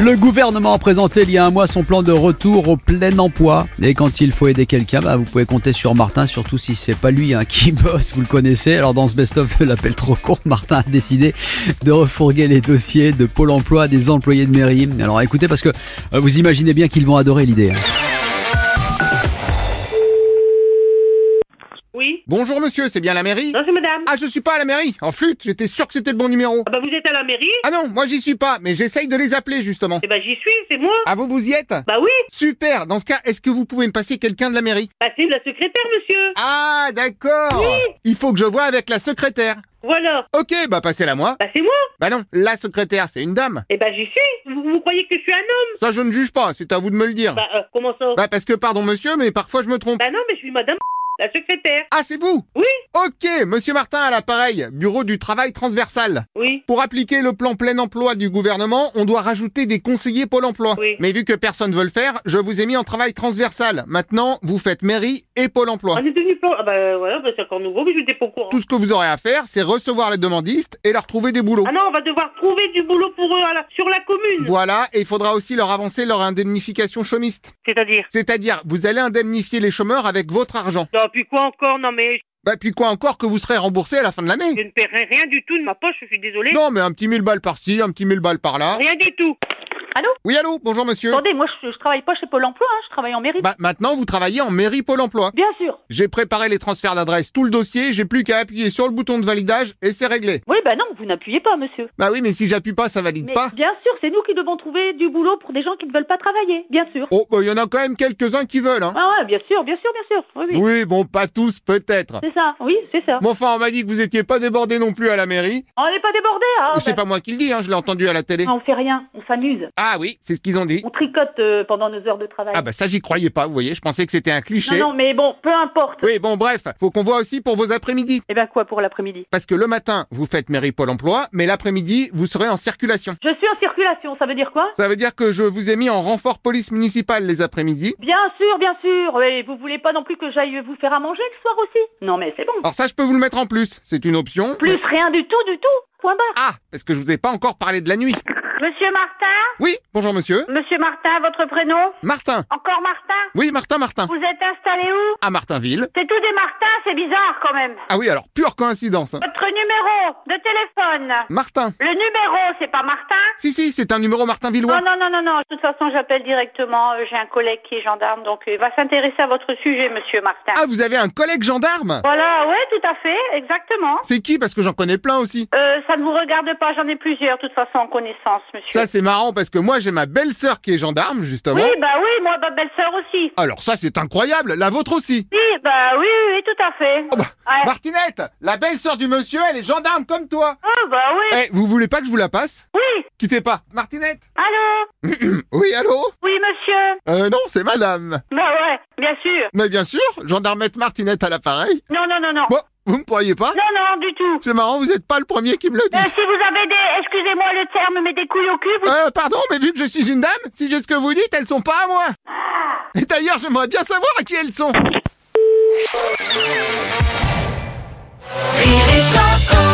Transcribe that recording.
Le gouvernement a présenté il y a un mois son plan de retour au plein emploi. Et quand il faut aider quelqu'un, bah, vous pouvez compter sur Martin, surtout si c'est pas lui hein, qui bosse, vous le connaissez. Alors dans ce best-of de l'appel trop court, Martin a décidé de refourguer les dossiers de Pôle emploi des employés de mairie. Alors écoutez, parce que euh, vous imaginez bien qu'ils vont adorer l'idée. hein. Oui. Bonjour monsieur, c'est bien la mairie Bonjour madame. Ah, je suis pas à la mairie, en flûte, j'étais sûr que c'était le bon numéro. Ah bah vous êtes à la mairie Ah non, moi j'y suis pas, mais j'essaye de les appeler justement. Eh bah j'y suis, c'est moi. Ah vous, vous y êtes Bah oui. Super, dans ce cas, est-ce que vous pouvez me passer quelqu'un de la mairie Bah c'est la secrétaire monsieur. Ah, d'accord Oui. Il faut que je vois avec la secrétaire. Voilà. Ok, bah passez-la moi. Bah c'est moi. Bah non, la secrétaire, c'est une dame. Eh bah j'y suis. Vous, vous croyez que je suis un homme Ça, je ne juge pas, c'est à vous de me le dire. Bah euh, comment ça Ah. Bah parce que, pardon monsieur, mais parfois je me trompe. Bah non mais je suis madame la secrétaire. Ah, c'est vous Oui. Ok, monsieur Martin à l'appareil, bureau du travail transversal. Oui. Pour appliquer le plan plein emploi du gouvernement, on doit rajouter des conseillers Pôle emploi. Oui. Mais vu que personne veut le faire, je vous ai mis en travail transversal. Maintenant, vous faites mairie et Pôle emploi. On est devenu plan. Ah bah voilà, bah, c'est encore nouveau, mais je n'étais pas au courant. Tout ce que vous aurez à faire, c'est recevoir les demandistes et leur trouver des boulots. Ah non, on va devoir trouver du boulot pour eux à la- sur la commune. Voilà, et il faudra aussi leur avancer leur indemnification chômiste. C'est-à-dire. C'est-à-dire, vous allez indemnifier les chômeurs avec votre argent. Non, puis quoi encore Non mais Bah puis quoi encore que vous serez remboursé à la fin de je l'année ne paierai rien du tout de ma poche, je suis désolée. Non mais un petit mille balles par-ci, un petit mille balles par-là. Rien du tout. Oui allô, bonjour monsieur. Attendez, moi je, je travaille pas chez Pôle emploi, hein, je travaille en mairie. Bah maintenant vous travaillez en mairie Pôle emploi. Bien sûr. J'ai préparé les transferts d'adresse, tout le dossier, j'ai plus qu'à appuyer sur le bouton de validage et c'est réglé. Oui, bah non, vous n'appuyez pas, monsieur. Bah oui, mais si j'appuie pas, ça valide Mais pas. bien sûr, c'est nous qui devons trouver du boulot pour des gens qui ne veulent pas travailler, bien sûr. Oh, bah il y en a quand même quelques-uns qui veulent, hein. Ah ouais, bien sûr, bien sûr, bien sûr. Oui, oui. Oui, bon, pas tous, peut-être. C'est ça, oui, c'est ça. Mais enfin, on m'a dit que vous étiez pas débordé non plus à la mairie. On n'est pas débordés, hein. c'est bah, pas moi qui le dis, hein, je l'ai entendu à la télé. On fait rien, on s'amuse. Ah oui, c'est ce qu'ils ont dit. On tricote euh, pendant nos heures de travail. Ah bah ça, j'y croyais pas, vous voyez, je pensais que c'était un non, cliché. non, mais bon, peu importe. Oui, bon, bref, faut qu'on voit aussi pour vos après-midi. Eh bien quoi pour l'après-midi Parce que le matin, vous faites mairie Pôle emploi, mais l'après-midi, vous serez en circulation. Je suis en circulation, ça veut dire quoi Ça veut dire que je vous ai mis en renfort police municipale les après-midi. Bien sûr, bien sûr. Oui, vous voulez pas non plus que j'aille vous faire à manger le soir aussi Non, mais c'est bon. Alors ça, je peux vous le mettre en plus. C'est une option. Plus rien du tout, du tout. Point barre. Ah, parce que je vous ai pas encore parlé de la nuit. Monsieur Martin Oui, bonjour monsieur. Monsieur Martin, votre prénom Martin. Encore Martin Oui, Martin, Martin. Vous êtes installé où À Martinville. C'est tous des Martins, c'est bizarre quand même. Ah oui, alors, pure coïncidence. Votre numéro de téléphone Martin. Le numéro, c'est pas Martin Si, si, c'est un numéro Martinvillois. Non, non, non, non, non. De toute façon, j'appelle directement. Euh, J'ai un collègue qui est gendarme, donc euh, il va s'intéresser à votre sujet, monsieur Martin. Ah, vous avez un collègue gendarme Voilà, ouais, tout à fait, exactement. C'est qui Parce que j'en connais plein aussi. Euh, ça ne vous regarde pas, j'en ai plusieurs, de toute façon, en connaissance, monsieur. Ça, c'est marrant parce que moi, j'ai ma belle-sœur qui est gendarme, justement. oui, bah oui, moi, ma belle-sœur aussi. Alors ça, c'est incroyable. La vôtre aussi. Oui, bah oui, oui, tout à fait. Oh bah, Ouais. Martinette, la belle-sœur du monsieur, elle est gendarme comme toi. Oh, bah Eh, oui, vous voulez pas que je vous la passe oui. Quittez pas. Martinette Allô Oui, allô Oui, monsieur. Euh, non, c'est madame. Bah ouais, bien sûr. Mais bien sûr, gendarmette Martinette à l'appareil. Non, non, non, non. Bon, vous me croyez pas Non, non, du tout. C'est marrant, vous êtes pas le premier qui me le Euh, dit. si vous avez des... Excusez-moi le terme, mais des couilles au cul, vous... Euh, pardon, mais vu que je suis une dame, si j'ai ce que vous dites, elles sont pas à moi. Et d'ailleurs, j'aimerais bien savoir à qui elles sont. Rire et chanson.